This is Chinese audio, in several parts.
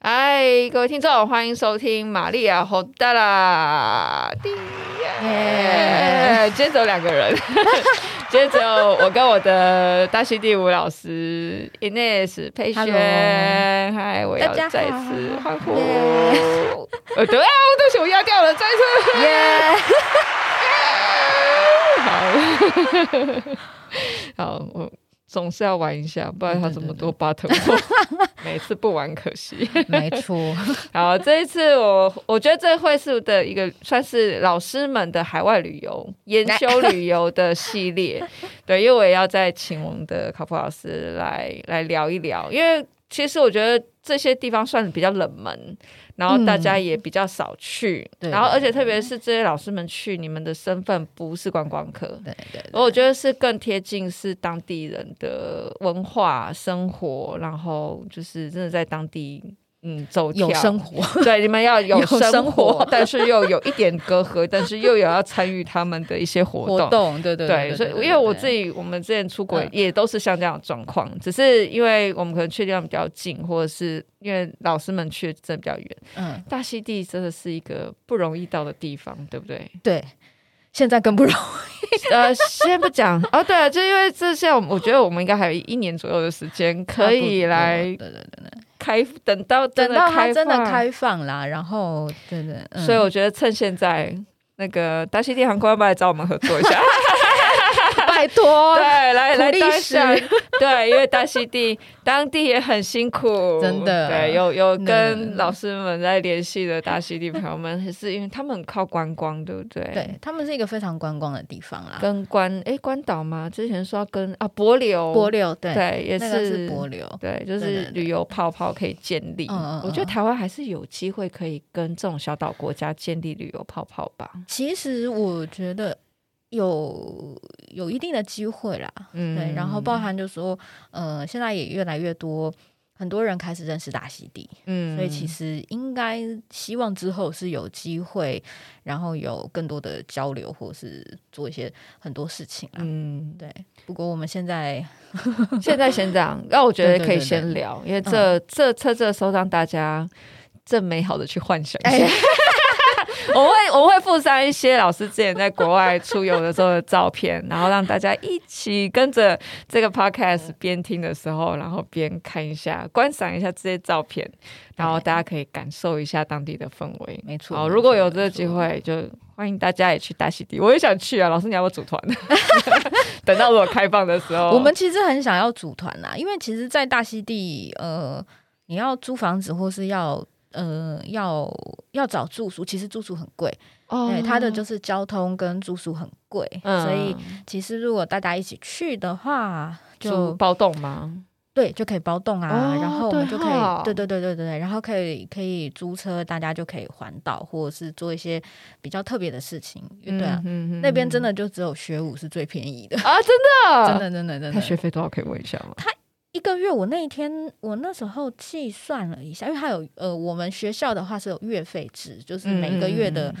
哎位听众，欢迎收听玛利亚红哒啦。耶！今天只有两个人， 今天只有我跟我的大溪第五老师 Ines 佩轩 Hello，嗨，我要大家好再次欢呼耶。呃，对啊，对不起，我压掉了，再次。耶！好， 好，我总是要玩一下，不然他这么多巴特每次不玩可惜。没错，好，这一次我我觉得这会是的一个算是老师们的海外旅 游、研修旅游的系列，对，因为我也要再请我们的考普老师来来聊一聊，因为其实我觉得这些地方算比较冷门，然后大家也比较少去，嗯对然后而且特别是这些老师们去，你们的身份不是观光客，对对我觉得是更贴近是当地人的文化生活，然后就是真的在当地嗯走跳有生活， 对，你们要有有生活， 生活但是又有一点隔阂，但是又有要参与他们的一些活动。活动，对对对，所以因为我自己己，我们之前出国嗯也都是像这样的状况，只是因为我们可能去的地方比较近，或者是因为老师们去的真的比较远。嗯大溪地真的是一个不容易到的地方，对不对？ 对，现在更不容呃，先不讲哦，对啊，就因为这些，我们我觉得我们应该还有一年左右的时间易可以来对对对对，开，等到真等的到它真的放开放啦，然后对对，嗯 所以我觉得趁现在，那个大溪地航空要不要来找我们合作一 下？拜托对，，来来苦力当一下士， 对，因为大溪地当地也很辛苦，真的对，有有跟嗯老师们在联系的大溪地朋友们，还是因为他们很靠观光，对不对？。对他们是一个非常观光的地方啦，跟关诶关岛吗？之前说要跟啊帛琉，波流对，对也那个是是波流，对，就对是对对旅游泡泡可以建立。嗯嗯嗯我觉得台湾还是有机会可以跟这种小岛国家建立旅游泡泡吧。其实我觉得有有一定的机会啦，嗯对，然后包含就说，呃，现在也越来越多，很多人开始认识大溪地，嗯所以其实应该希望之后是有机会，然后有更多的交流，或是做一些很多事情啦。嗯，对，不过我们现在 现在先这样，那我觉得可以对嗯先对聊，因为这、这趁这个时候让大家正美好的去幻想哎一下。 我会我会附上一些老师之前在国外出游的时候的照片，然后让大家一起跟着这嗯个 podcast 边听的时候，然后边看一下、观赏一下这些照片，然后大家可以感受一下当地的氛围。没错，好，没错如果有这个机，没错会，就欢迎大家也去大溪地。我也想去啊，老师，你要不要组团？ 等到我开放的时候，我们其实很想要组团啦，因为其实，在大溪地，呃，你要租房子或是要。呃，要要找住宿，其实住宿很贵，哦对，它的就是交通跟住宿很贵，嗯所以其实如果大家一起去的话，就就包动吗？对，就可以包栋啊，哦然后我们对就可哈以，对对对对对对，然后可以可以租车，大家就可以环岛或者是做一些比较特别的事情，对啊。嗯那边真的就只有学舞是最便宜的，啊，真的真。的真的真他学的。费多少可以问一下吗？一个月我那一天我那时候计算了一下，因为它有呃，我们学校的话是有月费制，就是每嗯个月的、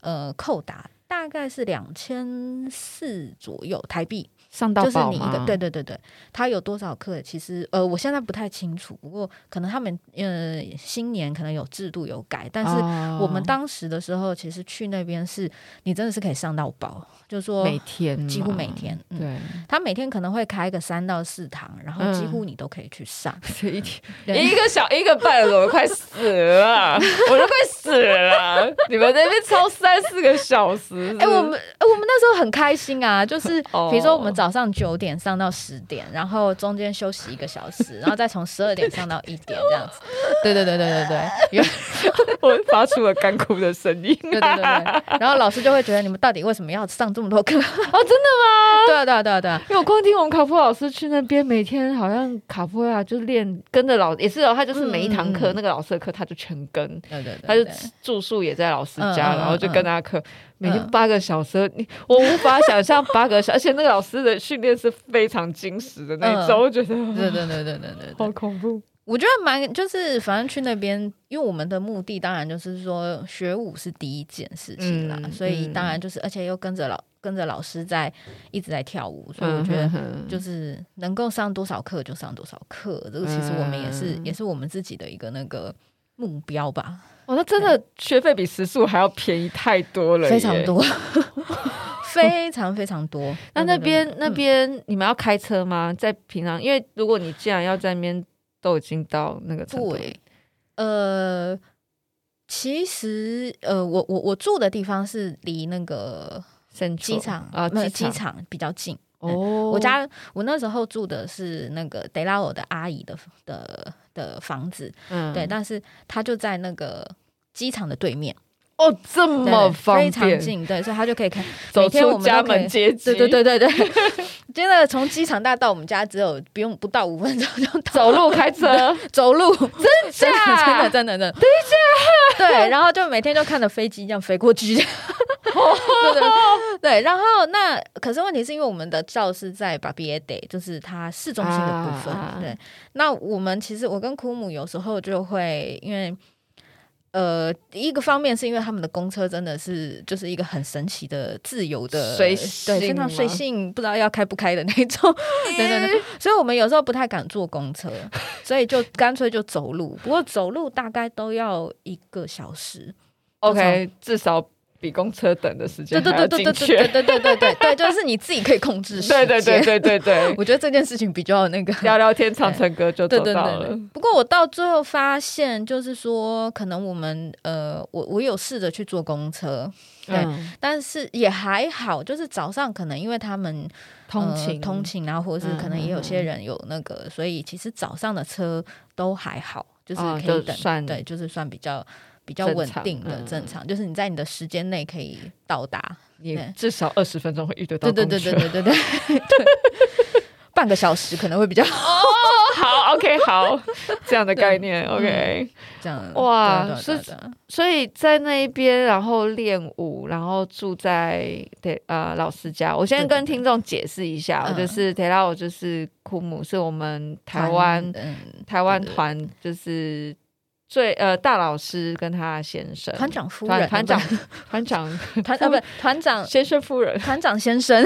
呃扣打大概是两千四左右台币，上到就是爆你一个吗对对对对，他有多少课？其实呃，我现在不太清楚，不过可能他们呃新年可能有制度有改，但是哦我们当时的时候，其实去那边是你真的是可以上到饱，就说每天嘛几乎每天，嗯，对，他每天可能会开个三到四堂，然后几乎嗯你都可以去 上，所以一天 对一个小一个半了，我快死 了，我都快死了。你们那边超三四个小时，是哎、我们、哎我们那时候很开心啊，就是 哦比如说我们早上九点上到十点，然后中间休息一个小时，然后再从十二点上到一点这 样子。对对对对对对，原我发出了干枯的声音。啊 对对对对。然后老师就会觉得你们到底为什么要上这么多 哦，课？真的吗？ 对啊对啊对啊对啊。因为我光听我们卡普老师去那边，每天好像卡普亚就练跟着老，也是哦，他就是每一堂课、嗯嗯嗯那个老师的课他就全跟，对对对，他就对住宿也在老师家，嗯嗯嗯然后就跟他课，每天八个小时，你我无法想象八个小时，而且那个老师的训练是非常精实的那一种，嗯我觉 得对对对对对对好对，恐怖。我觉得蛮就是，反正去那边，因为我们的目的当然就是说学舞是第一件事情啦，嗯所以嗯当然就是，而且又跟着老跟着老师在一直在跳舞，所以嗯我觉得就就是嗯能够上多少课就上多少课，这个其实我们也是、也是我们自己的一个那个目标吧，哦，那真的学费比时速还要便宜太多了，非常。多， 非常非常多。那那边对那，边你们要开车吗？在平常，因为如果你既然要在那边都已经到那个程度，对呃，其实呃，我我我住的地方是离那个 Central，机场啊，没有机机场场比较近。哦，我家我那时候住的是那个德拉尔的阿姨的的的房子，嗯对，但是她就在那个机场的对面，哦这对么方非常便，近，对，所以她就 可以看，走每天我出们家都可门以。接机，对对，对对对， 真的从机场大道到我们家只有不用不到五分钟就到，走路开 车，走路，真的假 真的真的真的，等一下，对，然后就每天就看着飞机这样飞过去，哦对对 对，然后那可是问题是因为我们的教室在巴比耶得，就是它市中心的部分，啊对，那我们其实我跟库姆有时候就会因为。呃，一个方面是因为他们的公车真的是就是一个很神奇的自由的随对，非性吗常随性，不知道要开不开的那种，对对对，所以我们有时候不太敢坐公车，所以就干脆就走路。不过走路大概都要一个小时。 OK，至少比公车等的时对间对还要对对精对确。对对对对对对，就是你自己可以控制时对间。对对，对 对对，我觉得这件事情比较那个。聊聊天、唱唱歌就对走对到对了对。，不过我到最后发现，就是说，可能我们呃，我我有试着去坐公车，对嗯，但是也还好，就是早上可能因为他们通呃勤嗯通，勤啊，或者是可能也有些人有那个，所以其实早上的车都还好，就是啊可以就等，算对，就是算比较比较正稳常定的嗯正常，就是你在你的时间内可以到达，你对至少二十分钟会遇得到对公车。对对对对对对。 半个小时可能会比较好， 好，OK，好，这样的概念，OK。这样哇对啊对啊对啊对啊所以在那一边，然后练舞，然后住在对呃老师家。我先对对跟对听众解释一下，嗯就是 t e l a 就是库姆，是我们台湾团嗯台湾对对团就是最呃大老师跟他先生团长夫呃团人啊团长团长 团啊不是团 长先生夫 人团长先生，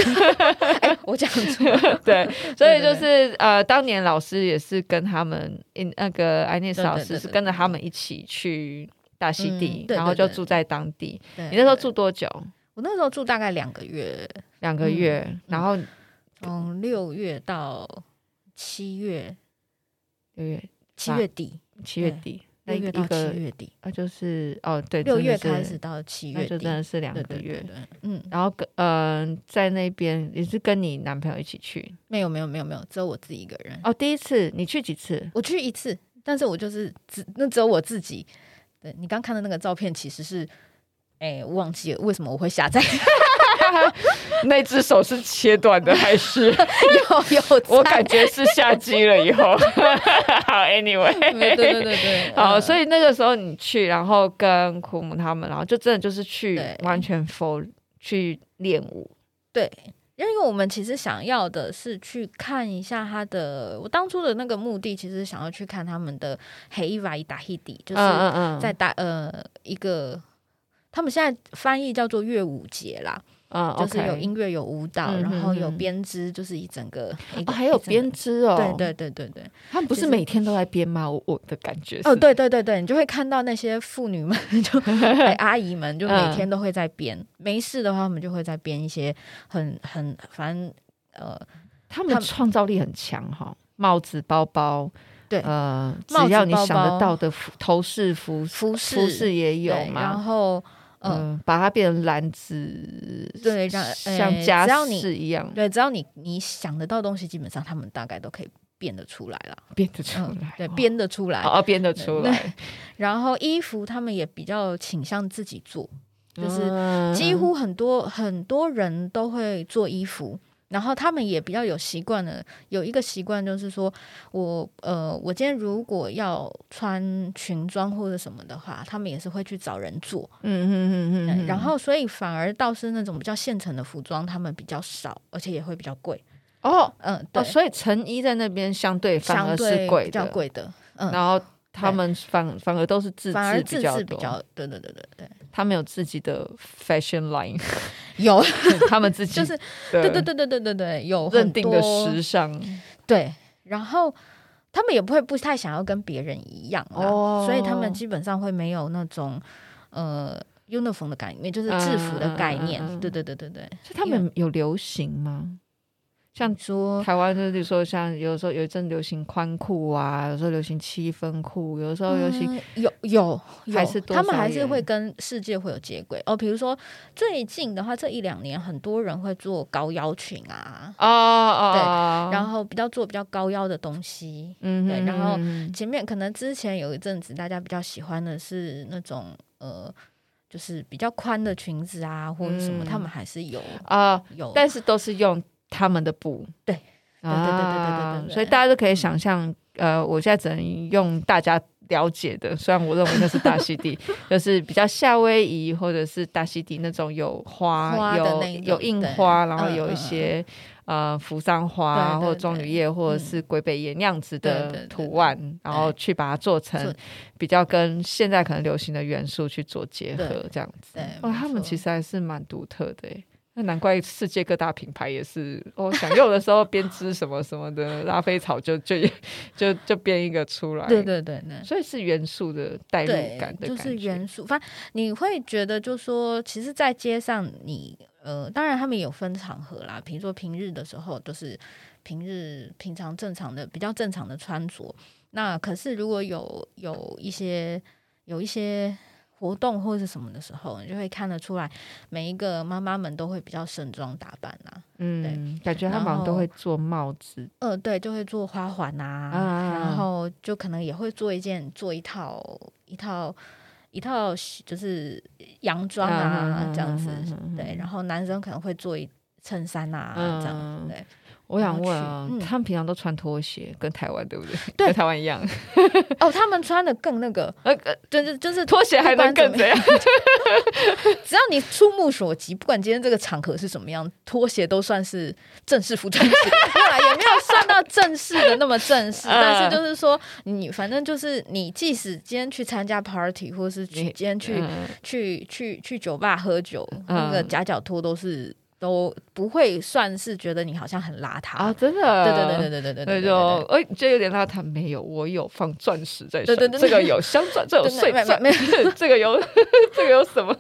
哎，我讲错 了，对，所以对对就是呃当年老师也是跟他们因那个艾涅斯对对老对师对是对跟着他们一起去大溪地嗯，对然后对就对住在当地。对你那时候对住多久？我那时候住大概两个月，两个月，嗯然后从嗯六月到七月，六月七月底，七月底，那六一月到个七月底，啊就是哦对，六真的月是开始，到七那月就底，真的是两对个对月对。对嗯，然后跟嗯、在那边也是跟你男朋友一起去没有没有没有没有，只有我自己一个人。哦。第一次你去几次？我去一次，但是我就是只那只有我自己。对你刚看的那个照片，其实是。哎、我忘记了为什么我会下 载，那只手是切断的还 是？有有在我感觉是下机了 以后。好，anyway，对对对对 对，好，嗯哦所以那个时候你去，然后跟库姆他们，然后就真的就是去对完全 full 去练舞。因为我们其实想要的是去看一下他的，我当初的那个目的其实想要去看他们的黑伊瓦伊达希迪，就是嗯在大呃一个，他们现在翻译叫做乐舞节啦，嗯就是有 OK 音乐有舞蹈，嗯哼然后有哼编织，就是一整个一哦，个还有编织，织哦，对对对对对，他们不是其实每天都在编吗？我我的感觉是哦，对对对对，你就会看到那些妇女们 就、 哎阿姨们就嗯每天都会在编，没事的话他们就会在编一些很很反正呃他们的创造力很强哈，帽子、包包，对呃，帽只子要你想包得包到的服头饰、服服饰服饰也有对然嘛，后嗯。嗯，把它变成篮子，对，让像呃家只要你饰一样对，只要你你想得到的东西，基本上他们大概都可以变得出来了。编得出嗯来，，对，哦编得出 来。哦哦编得出来，然后衣服他们也比较倾向自己做， 就是是几乎很多很多人都会做衣服。然后他们也比较有习惯的，有一个习惯就是说，我呃，我今天如果要穿裙装或者什么的话，他们也是会去找人做。嗯嗯嗯对嗯，然后所以反而倒是那种比较现成的服装，他们比较少，而且也会比较贵。哦嗯，对哦，，所以成衣在那边相对反相而对是贵比较的，贵的，嗯，然后他们反反而都是自反而制自比较制比多，较，对对对对对，他们有自己的 fashion line。 有，他们自己就是对对对对对对对对，有认很定的多时尚，对，然后他们也不会不太想要跟别人一样啦，哦所以他们基本上会没有那种呃 uniform 的概念，就是制服的概念。嗯嗯嗯嗯嗯对对对对对，所以他们有流行吗？像说台湾就是说，像有时候有一阵流行宽裤啊，有时候流行七分裤，有时候流行、嗯有有有，还是多他们少还是元会跟世界会有接轨哦。比如说最近的话，这一两年很多人会做高腰裙啊，哦哦，对哦然后比较做比较高腰的东西。嗯对哼然后嗯前面可能之前有一阵子大家比较喜欢的是那种呃，就是比较宽的裙子啊，或者什么，嗯他们还是有哼啊，有，但是都是用他们的布，哦啊对对对对对对对对对所以大家都可以想象，呃，我现在只能用大家了解的， 虽然我认为那是大溪 地，就是比较夏威夷或者是大溪地那种有花、花的有那一种有印对花，然后嗯有嗯一嗯些、呃扶桑花对对嗯或者棕榈叶或者是龟背叶那样子对对的对图案，然后去把它做成做比较跟现在可能流行的元素去做结合对，这样子。对哇，没他们错其实还是蛮独特的耶。那难怪世界各大品牌也是，哦，想用的时候编织什么什么的，拉菲草就就就就编一个出来。对，对对对。所以是元素的代入对感，的就感是觉。元素。反正你会觉得，就说其实，在街上你呃，当然他们有分场合啦，比如说平日的时候，就是平日平常正常的比较正常的穿着。那可是如果有有一些有一些活动或是什么的时候，你就会看得出来，每一个妈妈们都会比较盛装打扮啊啦。嗯，感觉他们好然像都后会做帽子呃，对，就会做花环啊，啊然后就可能也会做一件做一套一套一套就是洋装啊、这样子，啊对，然后男生可能会做一衬衫啊、嗯这样子，对。我想然后问去啊，嗯他们平常都穿拖鞋，跟台湾对不对？对跟台湾一样。哦，他们穿的更那个，呃，呃就是就是拖鞋还能更怎样？只要你触目所及，不管今天这个场合是什么样，拖鞋都算是正式服装。没有啦，也没有算到正式的那么正式，嗯但是就是说，你反正就是你，即使今天去参加 party，或是去你今天去、嗯去去去酒吧喝酒，嗯那个夹脚拖都是都不会算是觉得你好像很邋遢。啊，真对的，对对对对对对对对就对。哎，就有点邋遢。没有，我有放钻石在身，对对对这个对有镶钻，这有真的碎没钻，没这个有这个有什么？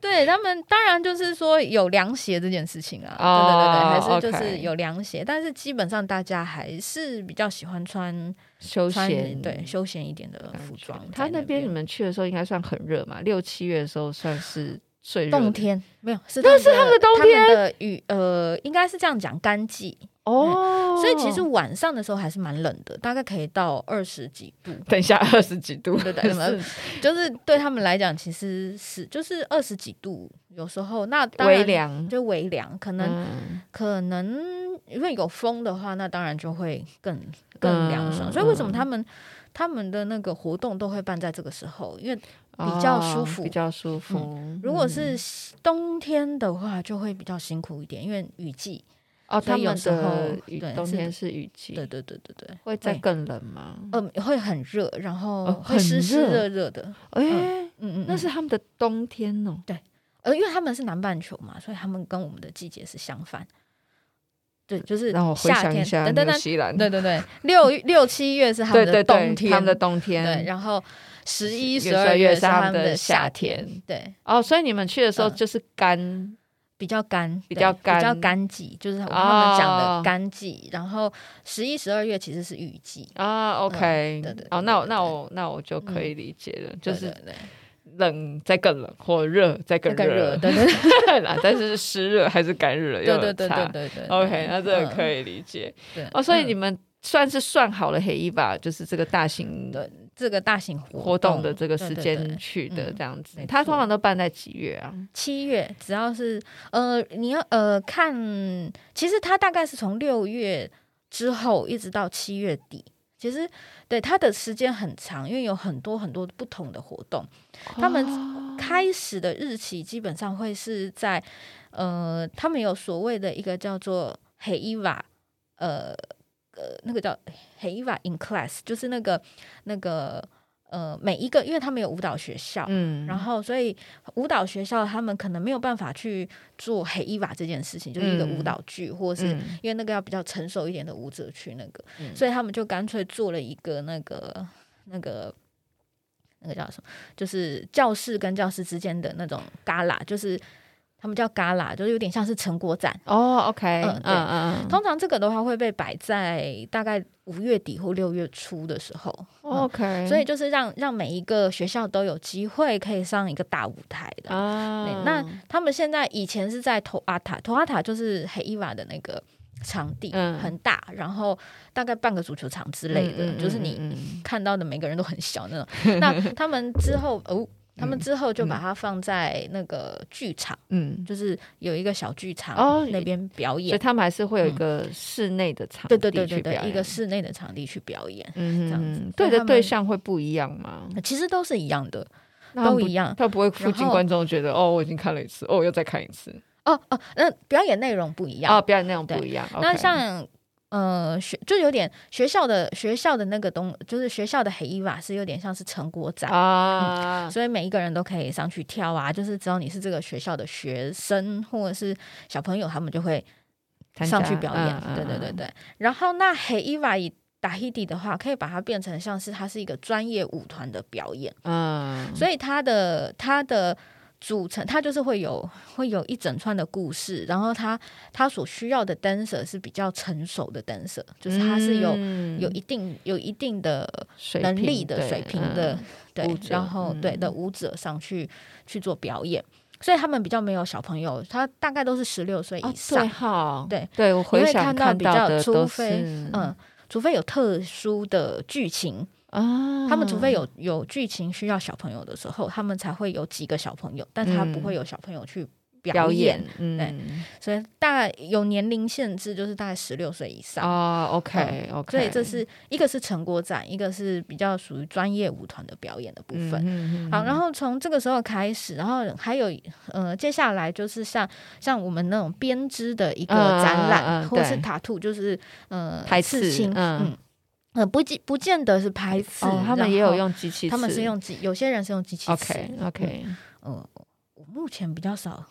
对他们当然就是说有凉鞋这件事情啊，哦对对对对，还是就是 OK 有凉鞋，但是基本上大家还是比较喜欢穿休穿闲对休闲一点的感服觉装在。他那边你们去的时候应该算很热嘛，六七月的时候算是最热的冬天没有是，那是他们的冬天他们的雨呃，应该是这样讲干季，哦。所以其实晚上的时候还是蛮冷的，大概可以到二十几度。等一下二十几度，对对对是就是对他们来讲，其实是就是二十几度，有时候那当然微凉，就微凉，可能、嗯可能因为有风的话，那当然就会更更凉爽。嗯所以为什么他们他们的那个活动都会办在这个时候？因为比较舒服哦比较舒服。如果嗯是冬天的话，就会比较辛苦一点，因为雨季。哦，所他以有们时候的雨对冬是的天是雨季对，对对对对，会再会更冷吗？呃，会很热，然后哦会湿湿很热热热的。哎，嗯嗯，那是他们的冬天哦。呃，因为他们是南半球嘛，所以他们跟我们的季节是相反。对，就是让我回夏想一天，下等纽等等，西兰，对对对，六六七月是他们的对对冬对天，他们的冬天，对，然后十一、十十二月月是他们的的夏天。对，哦，所以你们去的时候嗯就是干，比较干，比对较比较干干季，就是他哦们讲的干季。然后十一、十二月其实是雨季，啊，OK，嗯对对对哦，那我对对嗯那我那我就可以理解了，就对是对对冷再更冷，或热再更那个热热，， 对对啊但是是湿热还是干热对又有对对差对对对。嗯 OK，那这个可以。以理解对哦，所以你嗯们算是算好了黑衣吧，就是这个大型嗯对这个大型活活动的这个对时对间对去的嗯这样子没，它错通常都办在几月啊？七月只要是呃，你要呃看，其实它大概是从六月之后一直到七月底。其实对它的时间很长，因为有很多很多不同的活动。他们哦开始的日期基本上会是在呃，他们有所谓的一个叫做黑伊瓦，呃呃，那个叫黑伊瓦 in class，就是那个那个。呃每一个，因为他们有舞蹈学校，嗯然后所以舞蹈学校他们可能没有办法去做黑衣瓦这件事情，就是一个嗯舞蹈剧，或是嗯因为那个要比较成熟一点的舞者去那个，嗯所以他们就干脆做了一个那个那个。那个叫什么？就是教室跟教室之间的那种 gala，就是他们叫 gala，就是有点像是成果展，哦，OK，嗯嗯对嗯嗯通常这个的话会被摆在大概五月底或六月初的时候， ，OK，所以就是让让每一个学校都有机会可以上一个大舞台的。啊对，那他们现在以前是在头阿塔，头阿塔就是黑伊瓦的那个场地，嗯很大，然后大概半个足球场之类的，嗯嗯就是你嗯嗯看到的每个人都很小 那种。那他们之后哦。他们之后就把它放在那个剧场，嗯，就是有一个小剧场、哦那边表所以演，他们还是会有一个室内的场对地对对对去表对，演一个室内的场地去表演，嗯这样嗯子嗯所对以的他对们象会不一样吗？其实都是一样的，那他都们不一样。他不会附近然后观众觉得哦，我已经看了一次，哦，我又再看一次，哦哦，那表演内容不一样。啊，表演内容不对一样。那 OK 像呃学就有点学校的学校的那个东，就是学校的黑衣瓦是有点像是成果展。啊，所以每一个人都可以上去跳啊，就是只要你是这个学校的学生或者是小朋友，他们就会参上加去表演。对对对，嗯嗯嗯对。然后那黑伊瓦以达希迪的话，可以把它变成像是它是一个专业舞团的表演。嗯，所以它的它的组成，它就是会有会有一整串的故事，然后它它所需要的 dancer 是比较成熟的 dancer，就是它是有、嗯有一定有一定的水能平力的对水平嗯的、舞对，者然后对嗯的舞者上去去做表演，所以他们比较没有小朋友，他大概都是十六岁哦以上，对哈，对对，我回因为想看到看比到较的除都非是嗯。除非有特殊的剧情，啊，他们除非有有剧情需要小朋友的时候，他们才会有几个小朋友，但是他不会有小朋友去表演，嗯表演，对嗯，所以大概有年龄限制，就是大概十六岁以上。啊，OK OK，所以这是一个是成果展，一个是比较属于专业舞团的表演的部分。嗯分好，然后从这个时候开始，然后还有呃，接下来就是像像我们那种编织的一个展览，嗯嗯嗯嗯或是对塔兔，就是呃排刺刺青，嗯嗯呃，不见不见得是排刺，哦，他们也然有后用机器刺，他们是用机，有些人是用机器刺。 OK OK，呃，我目前比较少，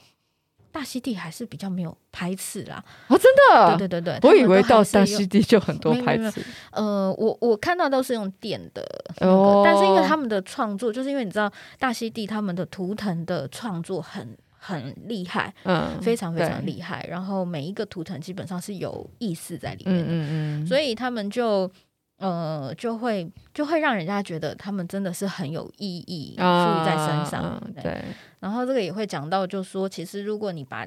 大溪地还是比较没有排斥啦。哦，真的，对对对对，我以他们为都到还是大用溪地就很多没有牌没有子，呃，我我看到都是用电的、那个哦但是因为他们的创作，就是因为你知道大溪地他们的图腾的创作很很厉害，嗯，非常非常对厉害，然后每一个图腾基本上是有意思在里面嗯的，嗯嗯，所以他们就。呃，就会就会让人家觉得他们真的是很有意义啊附在身上，嗯对对，然后这个也会讲到，就说其实如果你把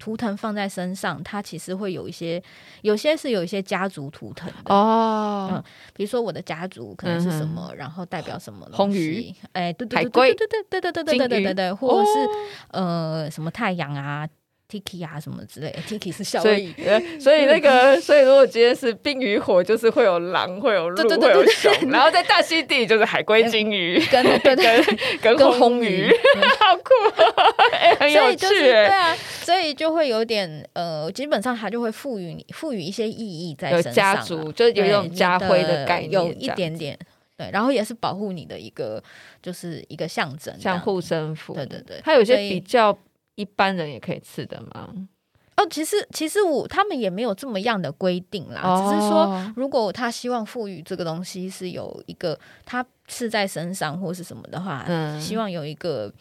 图腾放在身上，它其实会有一些，有些是有一些家族图腾的，哦，嗯比如说我的家族可能是什么，然后代表什么红东西鱼，哎，对海对龟对对对对对对对对对对对对，或哦者是呃什么太阳啊、Tiki 啊什么之类的，Tiki 是夏所威夷，以，呃所以那 个，所以如果今天是冰与火，就是会有狼，会有鹿，对对对会有对熊，然后在大溪地就是海龟、金鱼 跟对对跟跟红红鱼 鱼，好酷哦，哎很所有以就是趣对哎，啊，所以就会有点呃，基本上它就会赋予你赋予一些意义在有身上家啊、族，就是有一对种你家徽的概念，有一点点对，然后也是保护你的一个就是一个象征，像护护身符，对对对它有些所以比较一般人也可以吃的嘛，哦。其实其实我他们也没有这么样的规定啦，啊只是说哦如果他希望赋予这个东西是有一个他刺在身上或是什么的话，嗯希望有一个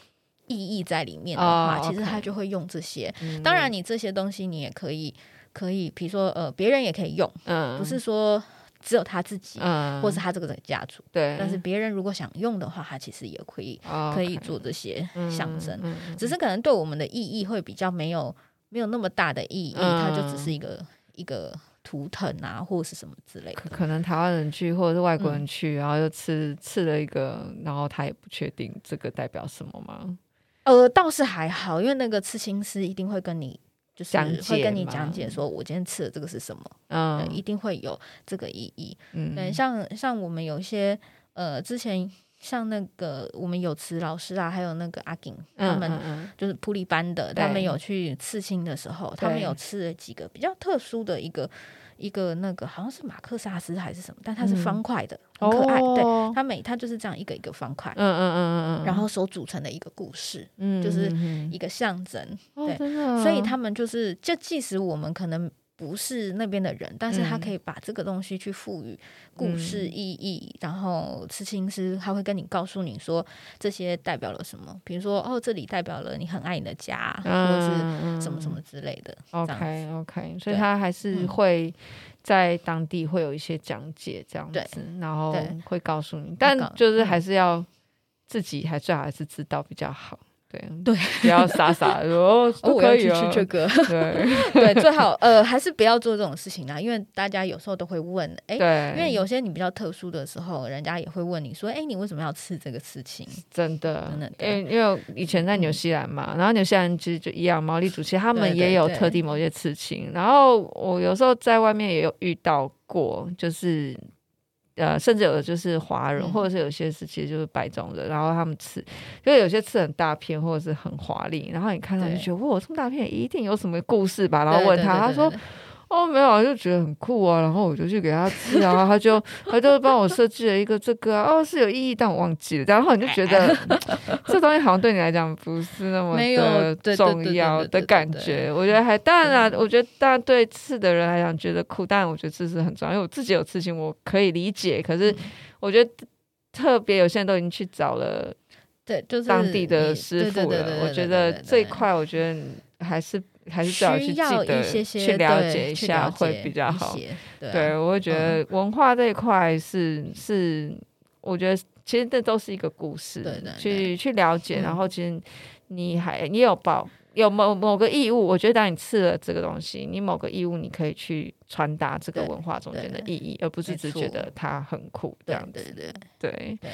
意义在里面的话，哦其实 OK 他就会用这些。嗯当然，你这些东西你也可以可以，比如说呃，别人也可以用，嗯不是说只有他自己。嗯或是他这个家族，对，但是别人如果想用的话，他其实也可以哦可以 OK 做这些嗯象征，嗯嗯只是可能对我们的意义会比较没有没有那么大的意义，嗯它就只是一个一个图腾啊，或是什么之类可的。可能台湾人去或者是外国人去，然后又刺刺了一个，然后他也不确定这个代表什么嘛。呃，倒是还好，因为那个刺青师一定会跟你。就是讲解会跟你嘛讲解说，我今天吃的这个是什么，对一嗯定会有这个意义。嗯，对，像像我们有一些呃，之前像那个我们有慈老师啊，还有那个阿景，他嗯们嗯嗯就是普里班的，对他们有去刺青的时候，他们有刺了几个比较特殊的一个一个那个好像是马克萨斯还是什么，但它是方块的，很可爱。对，嗯哦它每它就是这样一个一个方块嗯，嗯嗯嗯嗯，然后所组成的一个故事，嗯就是嗯嗯一个象征。哦对真的所以他们就是，就即使我们可能不是那边的人，但嗯是他可以把这个东西去赋予故事意义，然后刺青师他会跟你告诉你说这些代表了什么，比如说哦，这里代表了你很爱你的家，或者是嗯什么什么之类的。这样 OK OK，所以对他还是嗯会在当地会有一些讲解这样对子，然后对会告诉你，但告就是嗯还是要自己还最好还是知道比较好，对对，不要傻傻的哦， 哦，都我要可以去哎吃哦，这个，对 对，最 好呃还是不要做这种事情啦，因为大家有时候都会问，哎、对，因为有些你比较特殊的时候，人家也会问你说，哎、你为什么要吃这个刺青？真的真的，因为因为我以前在纽西兰嘛，然后纽西兰其实就一样，毛利族其实他们对对也有对特地某些刺青，然后我有时候在外面也有遇到过，就是。呃，甚至有的就是华人，嗯或者是有些是其实就是白种人，然后他们刺，就有些刺很大片或者是很华丽，然后你看到就对觉得哇，这么大片一定有什么故事吧？然后对问对他，对他对说对哦，没有，就觉得很酷啊，然后我就去给他吃啊，他就他就帮我设计了一个这个、啊，哦是有意义，但我忘记了，然后你就觉 得这东西好像对你来讲不是那么没有的对对对重要的对对对对感对嗯觉，我觉得还当然啦，我觉得当然对刺的人来讲觉得酷，但我觉得这是很重要，因为我自己有刺青，我可以理解，可是嗯我觉得。特别有些人都已经去找了对，就是当地的你师对对傅对了对，对我对觉对得对对这一对块，我觉得你还是还是最好去需记要得一些些去了对解一去下了会解比较一好。些对对，啊，我会觉得文化这一块是、是，我觉得其实这都是一个故事，对对去去了解，嗯然后其实你还你有报有某某个义务，我觉得当你吃了这个东西，你某个义务你可以去传达这个对文化中间的对意义，而不是没只错觉得它很酷这对样对子。对对，对，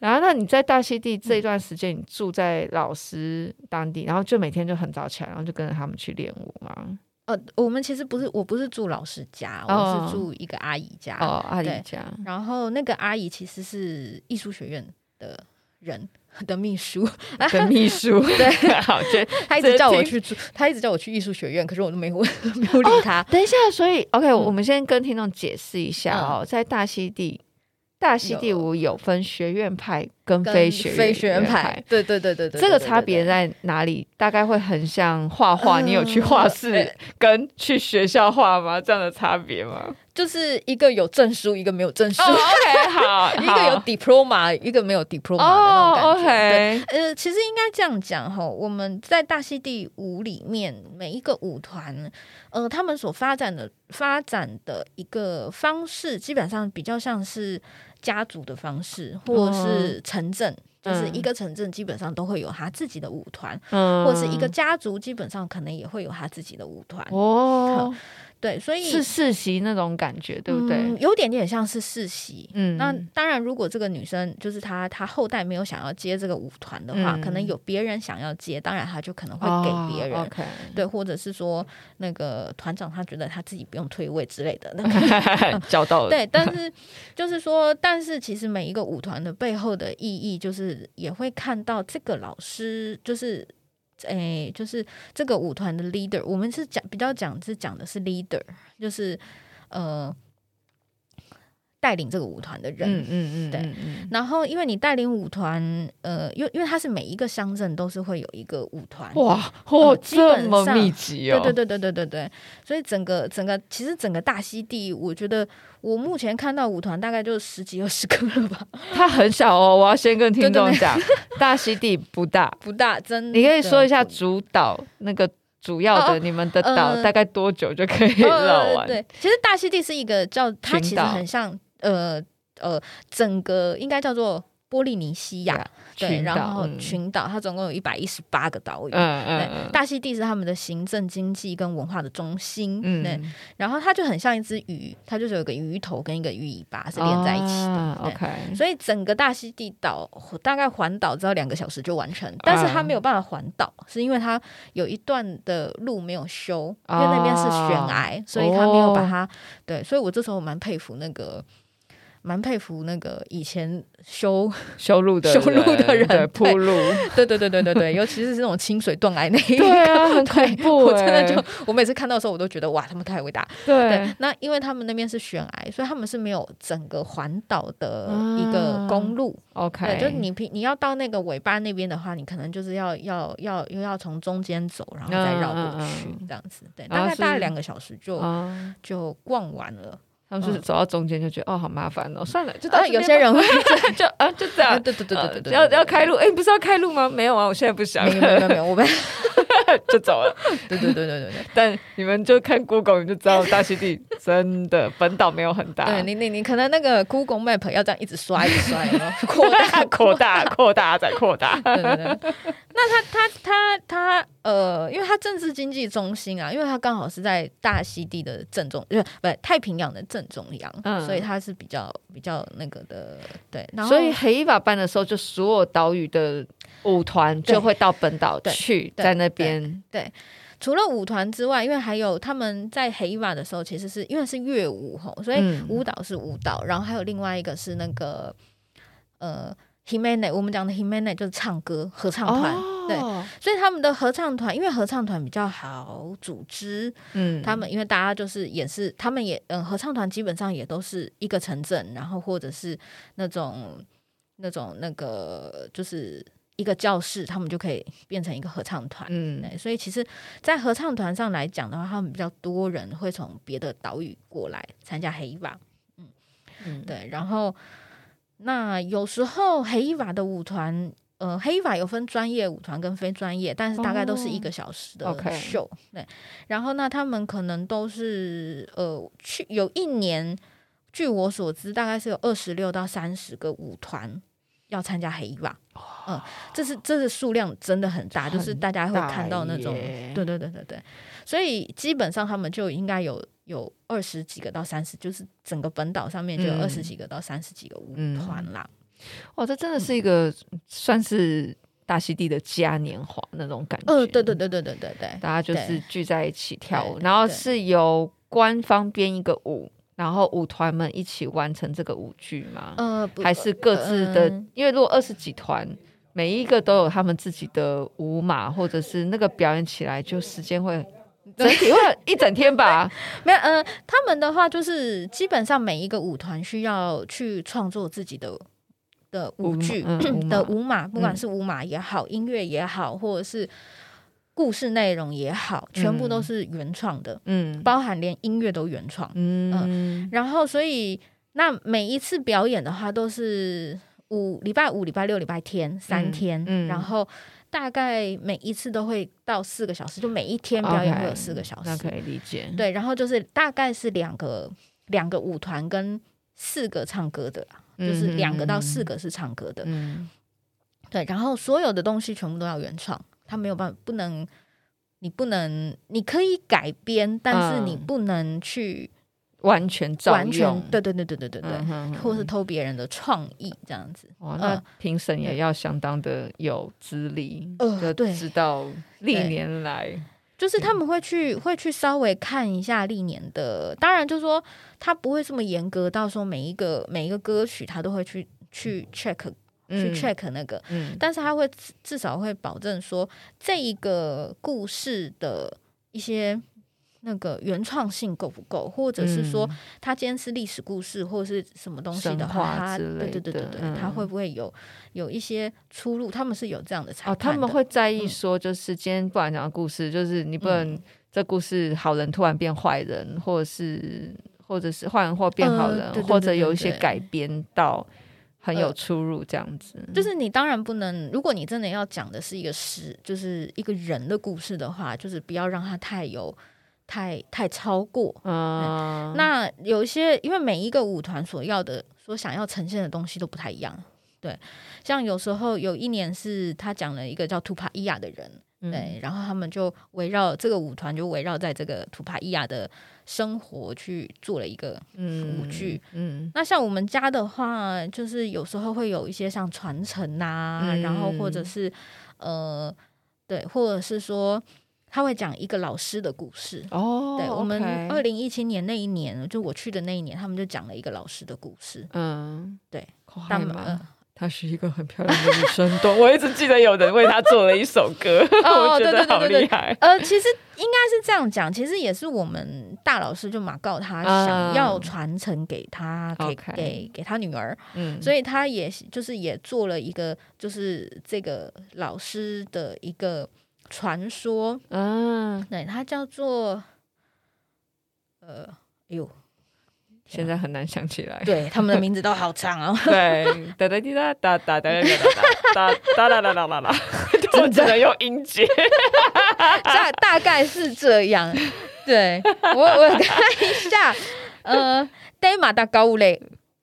然后那你在大溪地这一段时间，你住在老师当地，然后就每天就很早起来，然后就跟着他们去练舞嘛。呃，我们其实不是，我不是住老师家，哦我是住一个阿姨家，哦，阿姨对 家，然后那个阿姨其实是艺术学院的人。的秘书，跟秘书， 对，好，就她一直接直叫我听哦去住，她一直叫我去艺术学院，可是我都没问，没有理她。 等一下，所以 OK，、我们先跟听众解释一下哦，在大溪地，大溪地有舞有分学院派跟跟非学非学学院派派。，对对对对对，这个对差别，在哪里？大概会很像画画，你有去画室对跟去学校画吗？这样的差别吗？对对就是一个有证书，一个没有证书哦、，o k 好，一个有好 diploma，一个没有 diploma 的那种哦感觉。对，OK，呃，其实应该这样讲哈，我们在大溪地舞里面，每一个舞团，呃，他们所发展的发展的一个方式，基本上比较像是家族的方式，或哦是城镇，就是一个城镇基本上都会有他自己的舞团，嗯或是一个家族基本上可能也会有他自己的舞团。哦，对，所以是世袭那种感觉，对不对？嗯有点点像是世袭，嗯，那当然，如果这个女生就是她，她后代没有想要接这个舞团的话，嗯哦可能有别人想要接，当然她就可能会给别人。 o k 对，或者是说那个团长他觉得他自己不用退位之类的，那 交到了，对，但是就是说，但是其实每一个舞团的背后的意义，就是也会看到这个老师，就是诶、就是这个舞团的 leader，我们是讲比较讲是讲的是 leader，就是呃带领这个舞团的人。嗯嗯嗯，对嗯嗯然后，因为你带领舞团，呃，因为因为它是每一个乡镇都是会有一个舞团，哇，哦，基本这么上密集哦，对对对对对对对，所以整个整个其实整个大溪地，我觉得我目前看到舞团大概就十几二十个了吧， 它很小哦。我要先跟听众对对 讲，大溪地不大，不大，真的。你可以说一下主岛那个主要的哦你们的岛呃大概多久就可以呃绕完？对，其实大溪地是一个叫它其群实岛很像呃呃整个应该叫做波利尼西亚对，群岛然后嗯群岛它总共有一百一十八个岛屿。嗯对，嗯大溪地是他们的行政、经济跟文化的中心。嗯对，嗯，然后它就很像一只鱼，它就是有个鱼头跟一个鱼尾巴是连在一起的。啊对 OK，所以整个大溪地岛大概环岛只要两个小时就完成，但是它没有办法环岛，是因为它有一段的路没有修，因为那边是悬崖，所以它没有把它、对，所以我这时候蛮佩服那个。蛮佩服那个以前修， 修路的修路的人对铺 路，对对对对对对，尤其是那种清水断崖那一对啊，很对恐怖我欸、真的就，我每次看到的时候，我都觉得哇，他们太伟大。对对，，那因为他们那边是悬崖，所以他们是没有整个环岛的一个公路。啊 OK，对，就是你平你要到那个尾巴那边的话，你可能就是要要要又要从中间走，然后再绕过去嗯嗯嗯这样子。对，然后大概是大概两个小时就啊，就逛完了。他们是走到中间就觉得哦好麻烦哦，算了，就到呃，这嗯有边些人会吧就啊就 这啊，样。 对对对对对对， 要对要开。路，哎，不是要开路吗？没有啊，我现在不想对，对没有没有没有没有，我们 就走了。对对对对 对对，但你们就看 Google，你就知道大溪 地真的本岛没有很大，对你你你可能那个 Google Map 要这样一直刷一直刷，有 没有扩大啊扩大、扩大再扩大。对对对对，那他他他他呃，因为他政治经济中心啊，因为他刚好是在大溪地的正中，就是不是太平洋的正中央，嗯所以他是比较比较那个的，对。 然后所以黑法办的时候，就所有岛屿的舞团就会到本岛对去，对在那边除了舞团之外，因为还有他们在黑瓦的时候，其实是因为是乐舞吼，所以嗯舞蹈是舞蹈，然后还有另外一个是那个呃 h i m e n e 我们讲的 h i m e n e 就是唱歌合唱团。哦对，所以他们的合唱团，因为合唱团比较好组织，嗯他们因为大家就是也是，他们也嗯，合唱团基本上也都是一个城镇，然后或者是那种那种那个就是一个教室，他们就可以变成一个合唱团。嗯对，所以其实，在合唱团上来讲的话，他们比较多人会从别的岛屿过来参加黑瓦。嗯对，然后那有时候黑伊瓦的舞团，呃，黑伊瓦有分专业舞团跟非专业，但是大概都是一个小时哦的，OK 秀。对，然后那他们可能都是呃，去有一年，据我所知，大概是有二十六到三十个舞团。要参加黑伊瓦，嗯，这是这是数量真的很大，就是很大家会看到那种大耶，对对对对对，所以基本上他们就应该有有二十几个到三十，就是整个本岛上面就有嗯二十几个到三十几个舞团啦。哇，这嗯真的是一个算是大溪地的嘉年华那种感觉。呃，对对，对对对对对，大家就是对聚在一起跳舞，对然后对是由官方编一个舞，然后舞团们一起完成这个舞剧吗？呃，不还是各自的？嗯因为如果二十几团，每一个都有他们自己的舞码，或者是那个表演起来就时间 会。整体会一整天吧，没有，呃，他们的话就是基本上每一个舞团需要去创作自己的的舞舞剧、 嗯舞的码舞码，不管嗯是舞码也好，音乐也好，或者是故事内容也好，全部嗯都是原创的，嗯包含连音乐都原创。嗯然后所以那每一次表演的话都是五礼拜五、礼拜六、礼拜天三嗯天，嗯然后大概每一次都会到四个小时，就每一天表演 OK，会有四个小时。那可以理解。对，然后就是大概是两个两个舞团跟四个唱歌的啦，嗯，就是两个到四个，个是唱歌的。嗯，对，然后所有的东西全部都要原创，他没有办法，不能，你不能，你可以改编，但是你嗯不能去完全照完全用，对对对对对对对。嗯哼哼或是偷别人的创意这样子。哇，那呃评审也要相当的有资历，呃就对知道历对年来，就是他们会去会去稍微看一下历年的，当然就是说他不会这么严格到说每一个每一个歌曲他都会去去 check 去 check 那个，嗯，但是他会至至少会保证说这一个故事的一些那个原创性够不够，或者是说嗯他今天是历史故事或者是什么东西的神话话，他之类对对对对对，的嗯他会不会有有一些出入？他们是有这样的裁哦，他判们的会在意嗯说，就是今天不然讲的故事，就是你不能嗯这故事好人突然变坏人，或者是或者是坏人或变好呃人对，对或者对对有一些对改编到很有呃出入这样子，就是你当然不能，如果你真的要讲的是一个事，就是一个人的故事的话，就是不要让它太有太太超过。嗯，那有一些，因为每一个舞团所要的、所想要呈现的东西都不太一样。对，像有时候有一年是他讲了一个叫图帕伊亚的人，嗯对，然后他们就围绕这个舞团就围绕在这个图帕伊亚的生活去做了一个嗯舞剧，嗯那像我们家的话，就是有时候会有一些像传承啊，嗯然后或者是呃，对，或者是说他会讲一个老师的故事。哦，对我们 OK 二零一七年那一年，就我去的那一年，他们就讲了一个老师的故事。嗯，对，口他嗨们、吗？呃她是一个很漂亮的女生，懂？我一直记得有人为她做了一首歌， 哦我觉得对对对好对对厉害。呃，其实应该是这样讲，其实也是我们大老师就马告他想要嗯传承给他、给 OK 给给他女儿，嗯，所以他也就是也做了一个，就是这个老师的一个传说，嗯，对，它叫做，呃，哎呦，现在很难想起来。，对，他们的名字都好长哦 对，哒哒滴哒哒哒哒哒哒哒哒哒哒哒哒哒，我只能用音节。大大概是这样，对我我看一下，呃，戴马达高嘞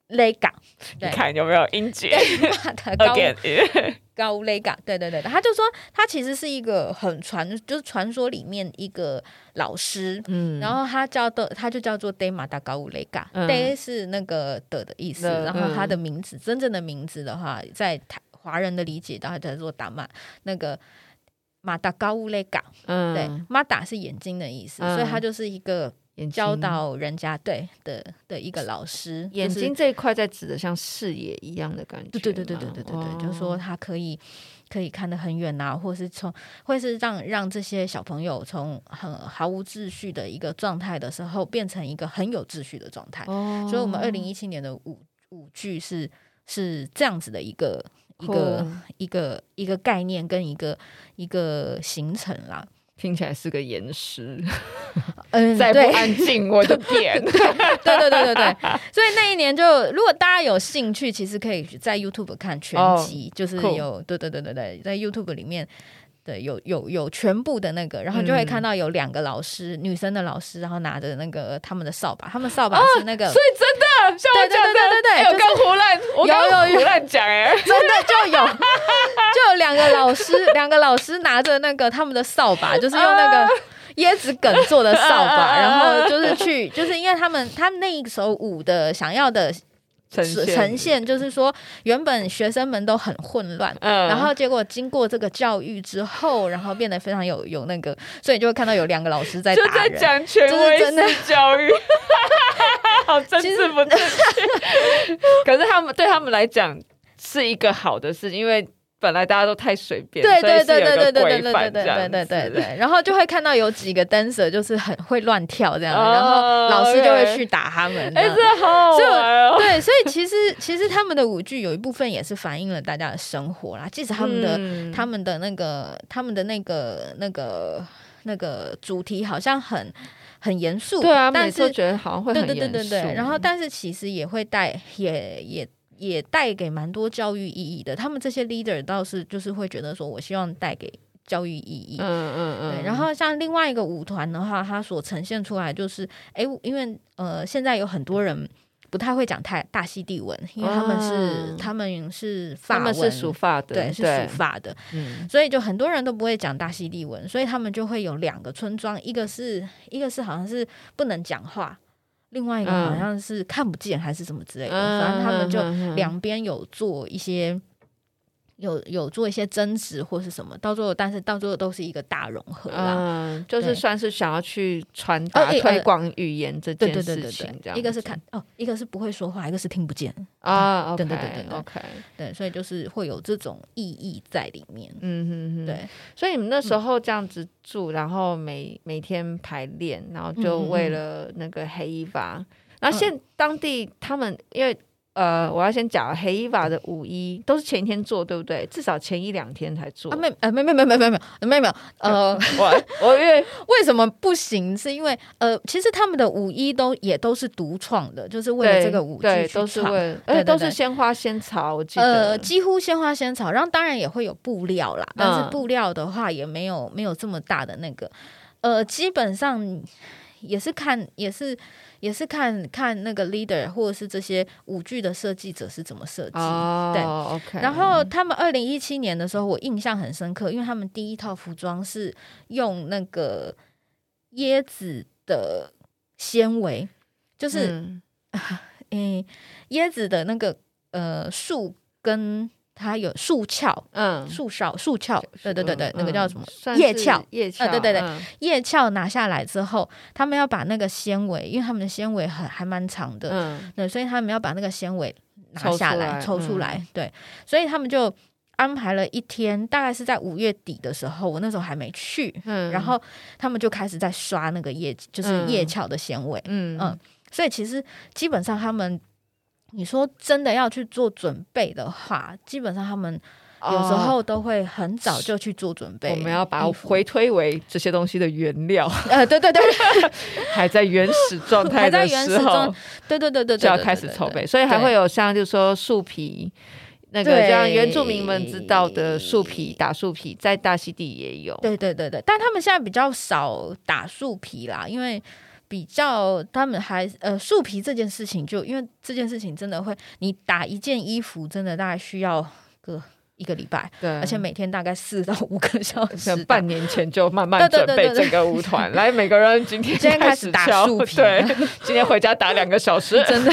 嘞港，你对，看有没有音节马达 高？Again， 高雷嘎，对对对对，他就说他其实是一个很传，就是传说里面一个老师，嗯然后他叫的，他就叫做 d a y 马达高乌雷嘎嗯 d a y 是那个的的意思，的然后他嗯的名字、真正的名字的话，在台华人的理解，它叫做达曼那个。马达高乌雷嘎，嗯对，马达是眼睛的意思，所以嗯他就是一个眼睛教导人家对的的一个老师，眼就是睛这一块在指的像视野一样的感觉吗。对对对对对对对对，就是说哦他可以可以看得很远啊，或是从会是让让这些小朋友从很毫无秩序的一个状态的时候，变成一个很有秩序的状态。哦所以，我们二零一七年的舞舞剧是是这样子的一个一个、哦一个一个概念跟一个一个行程啦。听起来是个岩石，嗯，再不对安静我 就点。对对对对对，所以那一年就，如果大家有兴趣，其实可以在 YouTube 看全集，就是酷有对对对对对，在 YouTube 里面。对，有有有全部的那个，然后就会嗯看到有两个老师，女生的老师，然后拿着那个他们的扫把，他们扫把哦是那个、所以真的像我对对讲的，对对对哎我就是跟胡乱，我有有跟有胡乱讲哎， 真的就有就有两个 老师，两个老师拿着那个他们的扫把，就是用那啊个椰子梗做的扫把，然后就是去，就是因为他们他们那一首舞的想要的呈呈呈，现，就是说原本学生们都很混乱。嗯然后结果经过这个教育之后，然后变得非常有有那个，所以你就会看到有两个老师在就打在人。讲权威式教育，好政治不正确。可是他们对他们来讲是一个好的事情，因为本来大家都太随便，对对所以是有对一对对对个对对规对范这样对子对对对，然后就会看到有几个 dancer 就是很会乱跳这样，然后哦老师就会 OK 去打他们。这哎，样这好好玩哦。对，所以其实其实他们的舞剧有一部分也是反映了大家的生活啦，即使他们的嗯他们的那个、他们的那个、那个、那个主题好像很很严肃，对啊，但每次是都觉得好像会对很对对严对肃，对，然后但是其实也会带也也。也带给蛮多教育意义的，他们这些 leader 倒是就是会觉得说，我希望带给教育意义。嗯嗯嗯，对，然后像另外一个舞团的话，它所呈现出来就是，诶，因为呃，现在有很多人不太会讲太大溪地文，因为他们是、啊他们是法他文，们是属发的，对是属法的，嗯所以就很多人都不会讲大溪地文，所以他们就会有两个村庄，一个是一个是好像是不能讲话，另外一个嗯好像是看不见还是什么之类的，嗯反正他们就嗯嗯嗯两边有做一些。有有做一些争执或是什么，到最后，但是到最后都是一个大融合啦。嗯，就是对算是想要去传达、哦一推广语言这对件对对事对情，这对，样一个是子看哦，一个是不会说话，一个是听不见，啊，OK，对对对对对 o k 对，所以就是会有这种意义在里面。嗯哼哼，。对，所以你们那时候这样子住，然后每每天排练，然后就嗯嗯嗯嗯为了那个黑伊娃，然后现当地他们因为。呃，我要先讲黑伊娃的舞衣都是前一天做，对不对？至少前一两天才做。啊，没呃没没没没没没没没有嗯呃， 我我因为为什么不行？是因为呃，其实他们的舞衣都也都是独创的，就是为了对这个舞对剧都去是创。为了，而对且对都是对鲜花仙草，我记得。呃，几乎鲜花仙草，然后当然也会有布料啦，但嗯是布料的话也没有没有这么大的那个，呃，基本上也是看也是也是看看那个 leader 或者是这些舞剧的设计者是怎么设计。哦，对，OK。然后他们二零一七年的时候，我印象很深刻，因为他们第一套服装是用那个椰子的纤维，就是嗯诶、椰子的那个呃树根它有树鞘、嗯，树梢、树鞘，对对对对，那个嗯叫什么？算是叶鞘叶鞘，对对对嗯叶鞘拿下来之后，他们要把那个纤维，因为他们的纤维很还蛮长的，嗯对，所以他们要把那个纤维拿抽下出来，来抽嗯出来。对，所以他们就安排了一天，大概是在五月底的时候，我那时候还没去，嗯然后他们就开始在刷那个叶，就是叶嗯鞘的纤维。嗯嗯所以其实基本上他们，你说真的要去做准备的话，基本上他们有时哦候都会很早就去做准备。我们要把衣服回推为这些东西的原料 呃，对对对对还在原始 状态还在的原始时候状，对对对对，就要对开始筹。对对备，所以还对会有像就是说树皮。那个对像原住民们知道的树皮打树皮，在大溪地也有。对对对对，但他们现在比较少打树皮啦，因为比较他们还呃树皮这件事情就，因为这件事情真的会，你打一件衣服真的大概需要个一个礼拜，对，而且每天大概四到五个小 时像打。半年前就慢慢对准对对备对对整个舞团，来每个人今 天今天开开始始打敲树皮对，今天回家打两个小时， 真的，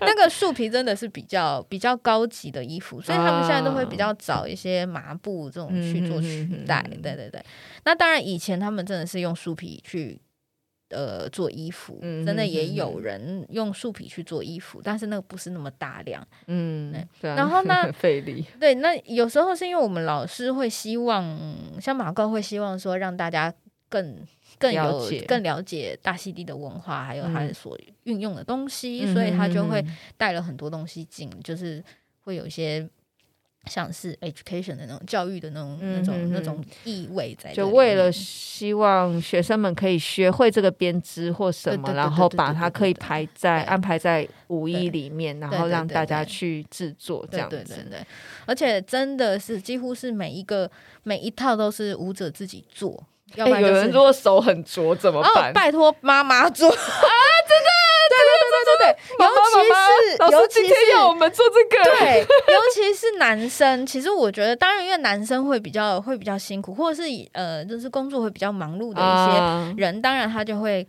那个树皮真的是比较比较高级的衣服，所以他们现在都会比较找一些麻布这种去做取代。嗯嗯嗯嗯嗯对对对，那当然以前他们真的是用树皮去呃做衣服，嗯真的也嗯嗯嗯有人用树皮去做衣服，但是那个不是那么大量。嗯对， 对啊。 然后呢费力，对，那有时候是因为我们老师会希望，像马高会希望说让大家更更有了解更了解大溪地的文化，还有它嗯所运用的东西， 所以他就会嗯带了很多东西进，就是会有一些像是 education 的那种教育的那种、那种、嗯嗯嗯那种意味在这就里面，为了希望学生们可以学会这个编织或什对对么，对然对后对把对它对可以对排在对安排在五对一里面，然对后对让对大对家去制作这对样对对子。对，而且真的是几乎是每一个每一套都是舞者自己做，要不哎，然就有是、人如果手很拙怎么哦办，？拜托妈妈做 啊，真的，对对对对对对，妈妈妈妈老尤师其今是尤其天要我是。们做这个，对，尤其是男生，其实我觉得，当然，因为男生会比较会比较辛苦，或者是以呃，就是工作会比较忙碌的一些啊人，当然他就会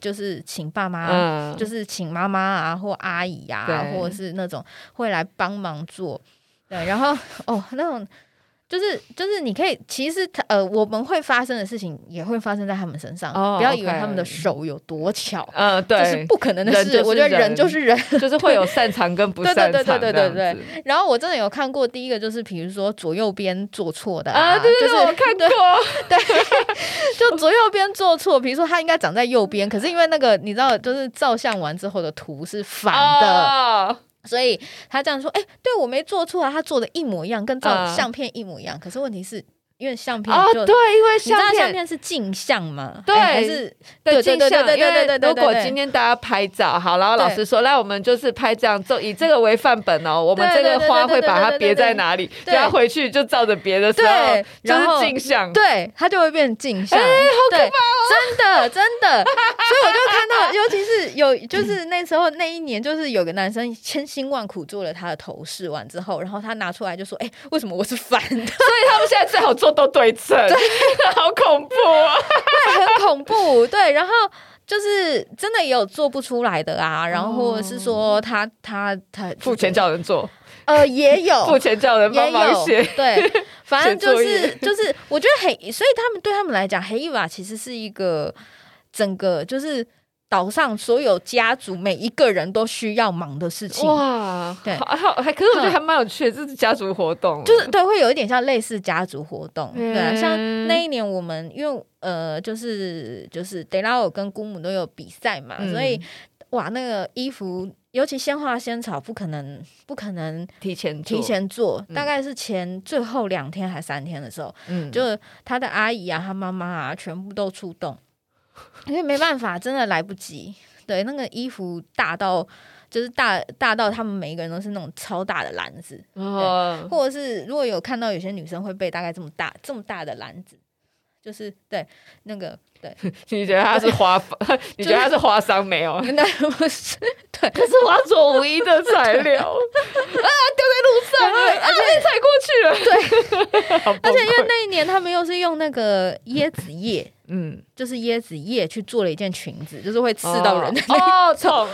就是请爸妈，嗯，啊就是请妈妈啊或阿姨呀、啊，对或者是那种会来帮忙做。对，然后 哦，那种就是就是你可以，其实他呃，我们会发生的事情也会发生在他们身上。哦不要以为他们的 OK 手有多巧，嗯，这是对，不可能的人事。就是我觉得人人就是人。 就是会有擅长跟不对擅对长，对对对对对对。然后我真的有看过，第一个就是比如说左右边做错的啊，对对就是对，我看过， 就左右边做错，比如说他应该长在右边，可是因为那个你知道，就是照相完之后的图是反的，哦所以他这样说，哎、对我没做错啊，他做的一模一样，跟照嗯相片一模一样。可是问题是因为相片哦，就、对，因为你知道相相片片是镜像嘛，对哎还是对的对镜对像，对对因对对为对如对果对今天大家拍照好，然后老对师说，来我们就是拍这样，就以这个为范本哦，我们这对对个对花对对会把对对它别对在对哪里，对然后回去就照着别的时候对，就然后是镜 像，对，它就会变镜像，哎对，哦真的真 的，所以我就看到，尤其是有，就是那时候那一年，就是有个男生千辛万苦做了他的头饰，完之后，然后他拿出来就说：“哎、为什么我是反 所的？”以他们现在最好做都对称， 好恐怖 哦，很恐怖，对，然后。就是真的也有做不出来的啊，然后或者是说他他他哦付钱叫人做，呃也有 付钱叫人也帮忙有写，对， 反正就写是就是我觉得黑，所以他们对他们来讲，黑伊娃其实是一个整个就是岛上所有家族每一个人都需要忙的事情，哇，对嗯好好，还可是我觉得还蛮有趣的，这是家族活动，就是对，会有一点像类似家族活动，嗯对啊，像那一年我们因为呃，就是就是德拉尔跟姑母都有比赛嘛，嗯所以哇，那个衣服，尤其鲜花仙草，不可能不可能提前做提，前做，嗯大概是前最后两天还三天的时候，嗯，就是他的阿姨啊，他妈妈啊，全部都出动，因为没办法，真的来不及。对，那个衣服大到就是大大到他们每一个人都是那种超大的篮子。哦或者是如果有看到有些女生会背大概这么大这么大的篮子，就是对那个对， 你觉得他是花，你觉得他是花商没 有？那不是对，可是我要做无一的材 料，上啊，被踩过去了。对， 好崩而且因为溃那一年他们又是用那个椰子叶，嗯，就是椰子叶去做了一件裙子，就是会刺到人的那哦，痛，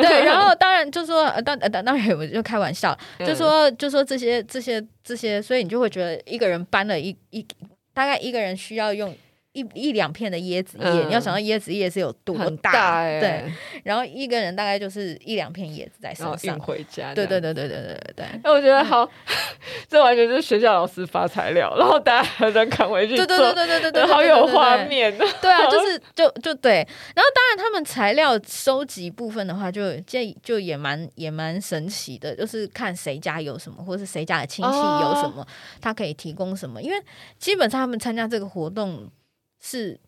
对，然后当然就说，呃当呃当当然我就开玩笑，就说就说这些这些这些，所以你就会觉得一个人搬了一一大概一个人需要用。一一两片的椰子叶，嗯你要想到椰子叶是有多很大，大哎，对。，然后一个人大概就是一两片叶子在身然后运上，回家，对这对样。对对对对对哎，我觉得好， 这完全就是学校老师发材料，然后大家很想赶回去对对对做，对对对对，好有画面。面呢。 对啊，就是就就对。然后当然，他们材料收集部分的话就，这就也蛮也蛮神奇的，就是看谁家有什么，或是谁家的亲戚有什么，他可以提供什么。因为基本上他们参加这个活动是。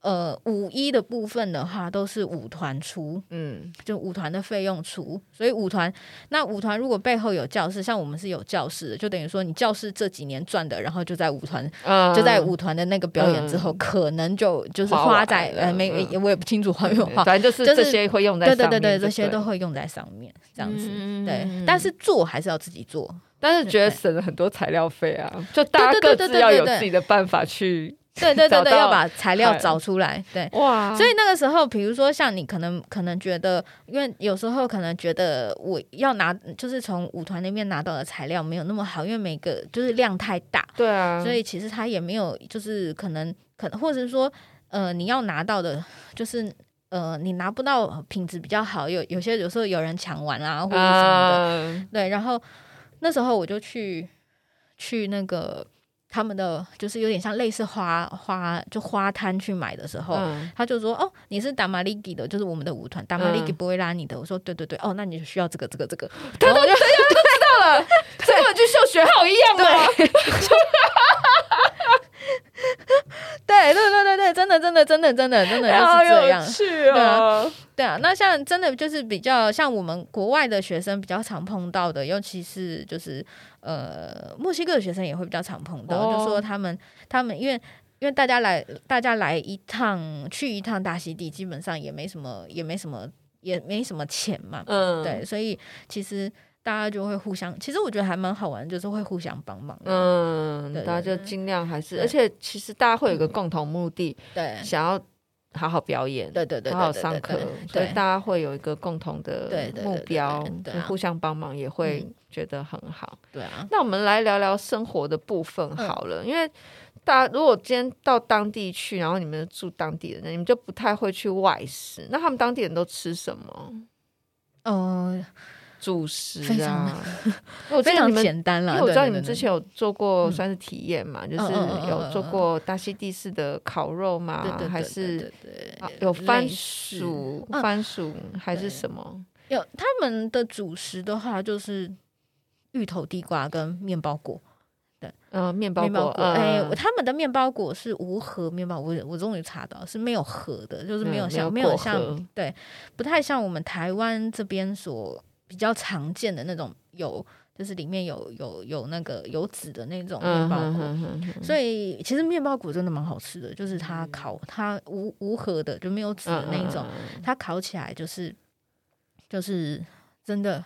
呃，舞衣的部分的话，都是舞团出，嗯，就舞团的费用出，所以舞团那舞团如果背后有教室，像我们是有教室的，就等于说你教室这几年赚的，然后就在舞团嗯就在舞团的那个表演之后，可能就就是花花完在了呃没嗯我也不清楚花没有花，反正就是就是这些会用在对上对面，对对，这就些都了会用在上面这样子。嗯对，但是做还是要自己 做，但是觉得对省了很多材料费啊，就大家对各对对对自要有对对自己的办法去对对对找对，到啊要把材料哎找出来，对。哇所以那个时候，比如说像你可能可能觉得，因为有时候可能觉得我要拿，就是从舞团那边拿到的材料没有那么好，因为每个就是量太大，对啊，所以其实他也没有，就是可能可能，或者是说，呃，你要拿到的，就是呃，你拿不到品质比较好，有有些有时候有人抢完啊，或者什么的，啊，对。然后那时候我就去去那个他们的，就是有点像类似花花就花摊去买的时候。嗯他就说：“哦，你是达玛利吉的，就是我们的舞团，达玛利吉嗯不会拉你的。我说：“对对对，哦，那你就需要这个这个这个。” 对然后我就到 了，这根本就秀学号一样啊嘛，对对对对对，真的真的真的真的真的就好是这有样。趣哦，对啊，那像真的就是比较像我们国外的学生比较常碰到的，尤其是就是呃墨西哥的学生也会比较常碰到，哦就说他们他们因为。因为大家来，大家来一趟去一趟大溪地，基本上也没什么，也没什么，也没什么钱嘛，嗯，对，，所以其实大家就会互相，其实我觉得还蛮好玩，就是会互相帮忙，嗯，嗯，对对大家就对尽量还是，对而且其实大家会有一个共同目的，对，想要好好表演。对对对对，好好对上对课对，所以对大家会有一个共同的对对对目对对标对啊，互相帮忙，也会嗯觉得很好。对啊，那我们来聊聊生活的部分嗯好了，因为大家如果今天到当地去，然后你们住当地人，你们就不太会去外食。那他们当地人都吃什么？嗯，主食非常啊，我记非得你常们。简单因啦，为我知道对你们之。对对对前有做过嗯算是体验嘛，就嗯是嗯嗯有做嗯嗯过大溪地式的烤肉嘛，对对对还对是对对啊有番类似薯、嗯番薯还是对什么？有他们的主食的话就是芋头、地瓜跟面包果，呃，面包面包果，果。哎、呃他们的面包果是无核面包，我我终于查到是没有核的，就是没有嗯像、没没有有果核像对，不太像我们台湾这边所比较常见的那种有，就是里面有有有那个有籽的那种面嗯包哼果。哼哼哼所以其实面包果真的蛮好吃的，就是它烤它无无核的，就没有籽的那一种，嗯嗯嗯嗯它烤起来就是就是真的，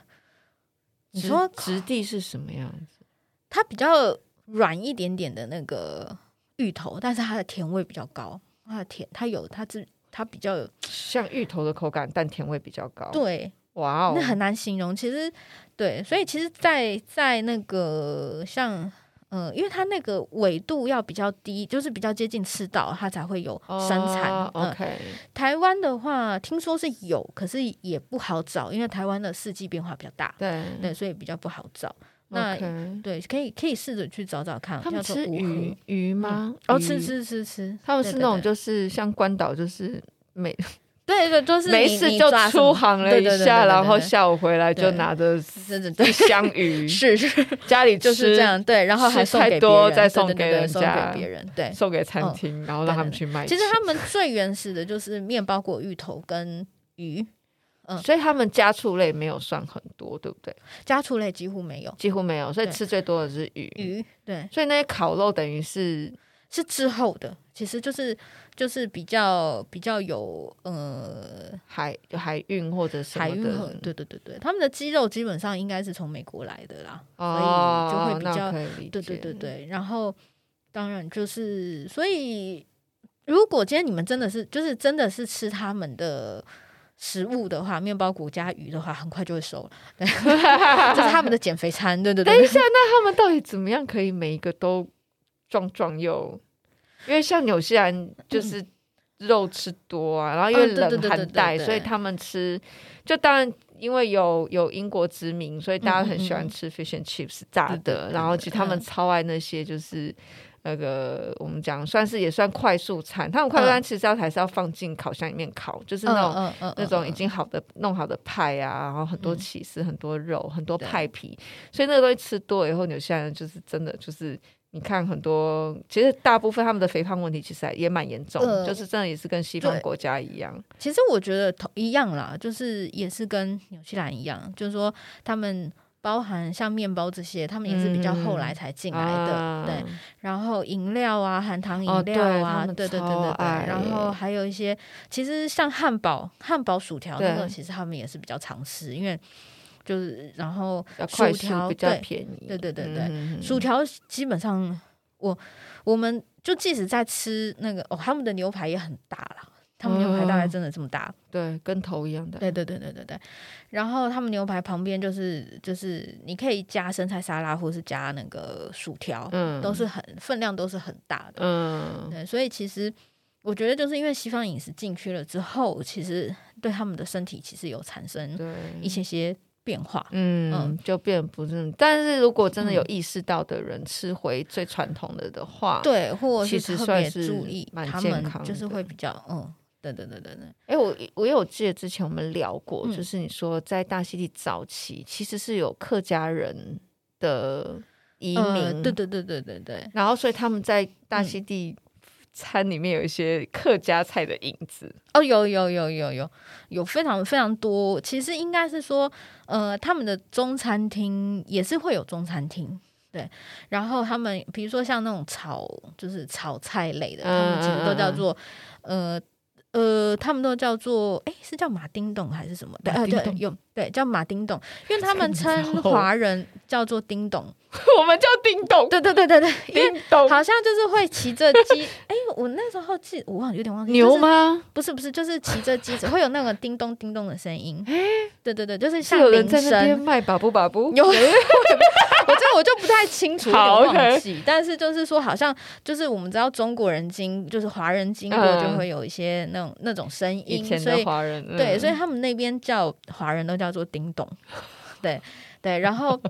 你质说质地是什么样子？它比较软一点点的那个芋头，但是它的甜味比较高，它的甜它有它自它比较有像芋头的口感，但甜味比较高。，对，哇哦，那很难形容。其实对，所以其实在，在那个像。嗯，因为它那个纬度要比较低，就是比较接近赤道，它才会有生产。哦嗯， OK，台湾的话，听说是有，可是也不好找，因为台湾的四季变化比较大，对对，所以比较不好找。那 OK 对，可以可以试着去找找看。他们叫做吃无鱼核，鱼吗？哦，鱼吃。吃吃吃，他们是对那种就是像关岛，就是没对对，就是没你事你就抓什出么航了对一对对对下，对然对后对下午回来就对拿着是是一对，箱鱼， 是 是家里就是吃这，样，对，然后吃还送太给别多人再对送对给对对人送家给别人，对。送给餐嗯厅，然后对让他对们去卖其钱。实他们最原始的就是面包果、芋头跟鱼，嗯所以他们家畜类没有算很多，对不对？家畜类几乎没有几乎没有，所以对吃最多的是鱼。鱼，对，所以那些烤肉等于是是之后的，其实就是就是比较比较有呃海海运或者什么海的运和对对对对，他们的肌肉基本上应该是从美国来的啦，哦，所以就会比那较可以理解对对对，对，然后当然就是，所以如果今天你们真的是就是真的是吃他们的食物的话，面包、骨加鱼的话，很快就会熟了。 对，这是他们的减肥餐。对对对，等一下，那他们到底怎么样可以每一个都壮壮又？因为像纽西兰就是肉吃多 啊，然后因为嗯对对冷对对寒对带，对所以他们吃就当然因为有有英国殖民，所以大家很喜欢吃 fish and chips 炸对对对的，对然后其实他们嗯超爱那些就是。那个我们讲算是也算快速餐，他们快速餐其实要还是要放进烤箱里面烤，就是那种嗯嗯哦那种已嗯经好的弄好的派啊，然后很多嗯起司、很多肉、很多对派皮，所以那个东西吃多了以后，纽西兰人就是真的就是。你看很多，其实大部分他们的肥胖问题其实还也蛮严重，呃就是真的也是跟西方对国家一样，其实我觉得同一样啦，就是也是跟纽西兰一样，就是说他们包含像面包这些，他们也是比较后来才进来的。嗯啊对，然后饮料啊，含糖哦饮对料啊，他们对对对超对对，爱然后还有一些，其实像汉堡、汉堡、薯条那对个，其实他们也是比较常吃，因为就是然后比较快薯速，条比较对便宜，对对对对嗯薯条基本上我我们就即使在吃那个哦，他们的牛排也很大啦。他们牛排大概真的这么大，哦对跟头一样的，对对对对对对。然后他们牛排旁边就是就是你可以加生菜沙拉，或是加那个薯条，嗯都是很分量都是很大的。嗯，对，所以其实我觉得就是因为西方饮食进去了之后，其实对他们的身体其实有产生对，一些些变化。嗯嗯，就变不是，但是如果真的有嗯意识到的人吃回最传统的的话，对，或者其是实特算别是注意蛮他健们康就是会的比较嗯，对对对对对，哎、我我有记得之前我们聊过，嗯就是你说在大溪地早期其实是有客家人的移民，呃，对嗯对对对对对，然后所以他们在大溪地餐里面有一些客家菜的影子， 哦，有有有有有有非常非常多，其实应该是说，呃，他们的中餐厅也是会有中餐厅。对，然后他们比如说像那种炒，就是炒菜类嗯的，他们其实都叫做，呃呃，他们都叫做，哎，是叫马丁董还是什么？对，马呃，丁对董，有对叫马丁董，因为他们这个名字称好哦华人叫做丁董，我们叫叮咚，对对对对对，因为叮咚好像就是会骑着 鸡，哎，我那时候记，我忘了有点忘记，就牛是吗？不是不是，就是骑着机子会有那个叮咚叮咚的声音。对对对，就是是像有人铃在那边声。卖把布把布，有，我 这我就不太清楚，有点好忘 OK 记。但是就是说，好像就是我们知道中国人经，就是华人经过嗯就会有一些那种那种声以音，前所的以华人，嗯对，所以他们那边叫华人都叫做叮咚，对对，然后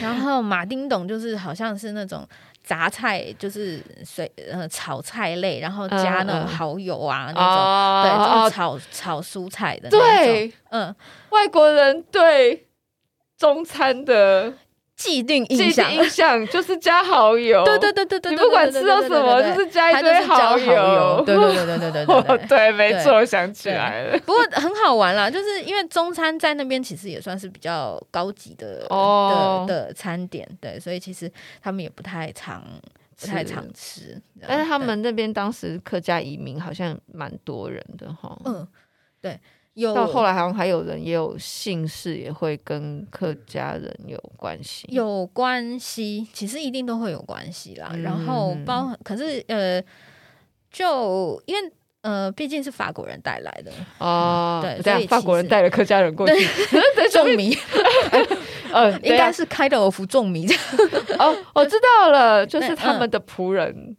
然后马叮咚就是好像是那种杂菜，就是水呃炒菜类，然后加嗯那嗯种蚝油啊、那种，对，这哦种炒炒蔬菜的那一种，对，嗯，外国人对中餐的既定既印象定，印象就是加蚝油， 对对对对对，你对不管吃到什么，就是加一堆蚝油。。对对对对对对对 对对，没错，我想起来了。不过很好玩啦，就是因为中餐在那边其实也算是比较高级的、哦的的餐点，对，所以其实他们也不太常不太常吃。这样但是他对们那边当时客家移民好像蛮多人的哈，嗯，对，有到后来好像还有人也有姓氏也会跟客家人有关系，有关系，其实一定都会有关系啦。嗯然后包可是呃，就因为呃，毕竟是法国人带来的 哦，嗯对这样所以法国人其实带了客家人过去，重迷，呃， 应该是是开的尔福重迷。哦，我知道了，就是对他嗯们的仆人，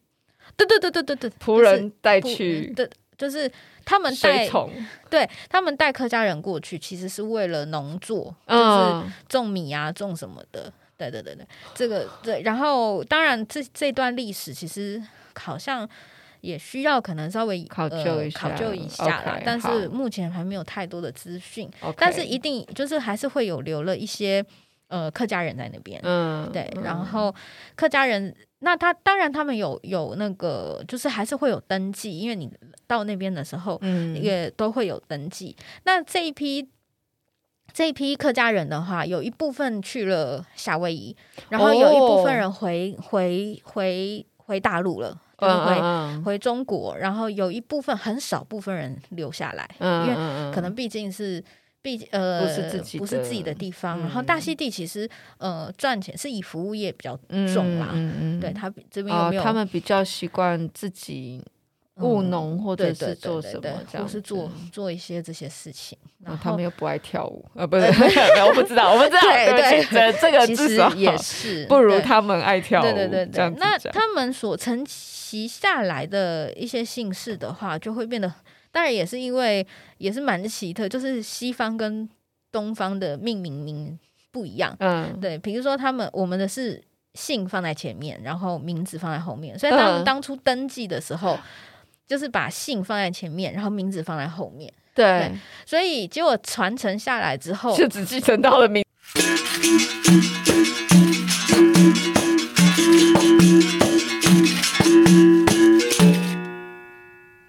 对对对对对对，仆人带去对，就是他们带水桶，对他们带客家人过去，其实是为了农作，就是嗯，种米啊，种什么的。对对对对，这个对。然后当然这，这段历史其实好像也需要可能稍微考究一下呃、考究一下啦 OK，但是好目前还没有太多的资讯， OK 但是一定就是还是会有留了一些呃客家人在那边。嗯，对，嗯然后客家人，那他当然他们有有那个，就是还是会有登记，因为你到那边的时候，嗯也都会有登记。那这一批这一批客家人的话，有一部分去哦了夏威夷，然后有一部分人回、回回回大陆了。就是回、嗯回中国，然后有一部分很少部分人留下来，因为为可能毕竟是。毕竟呃嗯不是自己不是的自己的地方，嗯然后大溪地其实呃赚钱是以服务业比较重啦，嗯对。他这边有哦没，有、他们比较习惯自己嗯务农或对者对是对做对什么对这样或子，是做做一些这些事情，然然后后他们又不爱跳 舞，呃，不是，没有，我不知道，我不知道，对对不起，这这个其至实少也是 不如对他们爱跳舞，对对对这对样，子那讲他们所承袭下来的一些姓氏的话，就会变得，当然也是因为也是蛮奇特，就是西方跟东方的命名名不一样。嗯，对，比如说他们我们的是姓放在前面，然后名字放在后面，所以他们嗯当初登记的时候。就是把姓放在前面，然后名字放在后面，对，哦所以结果传承下来之后，就只继承到了名。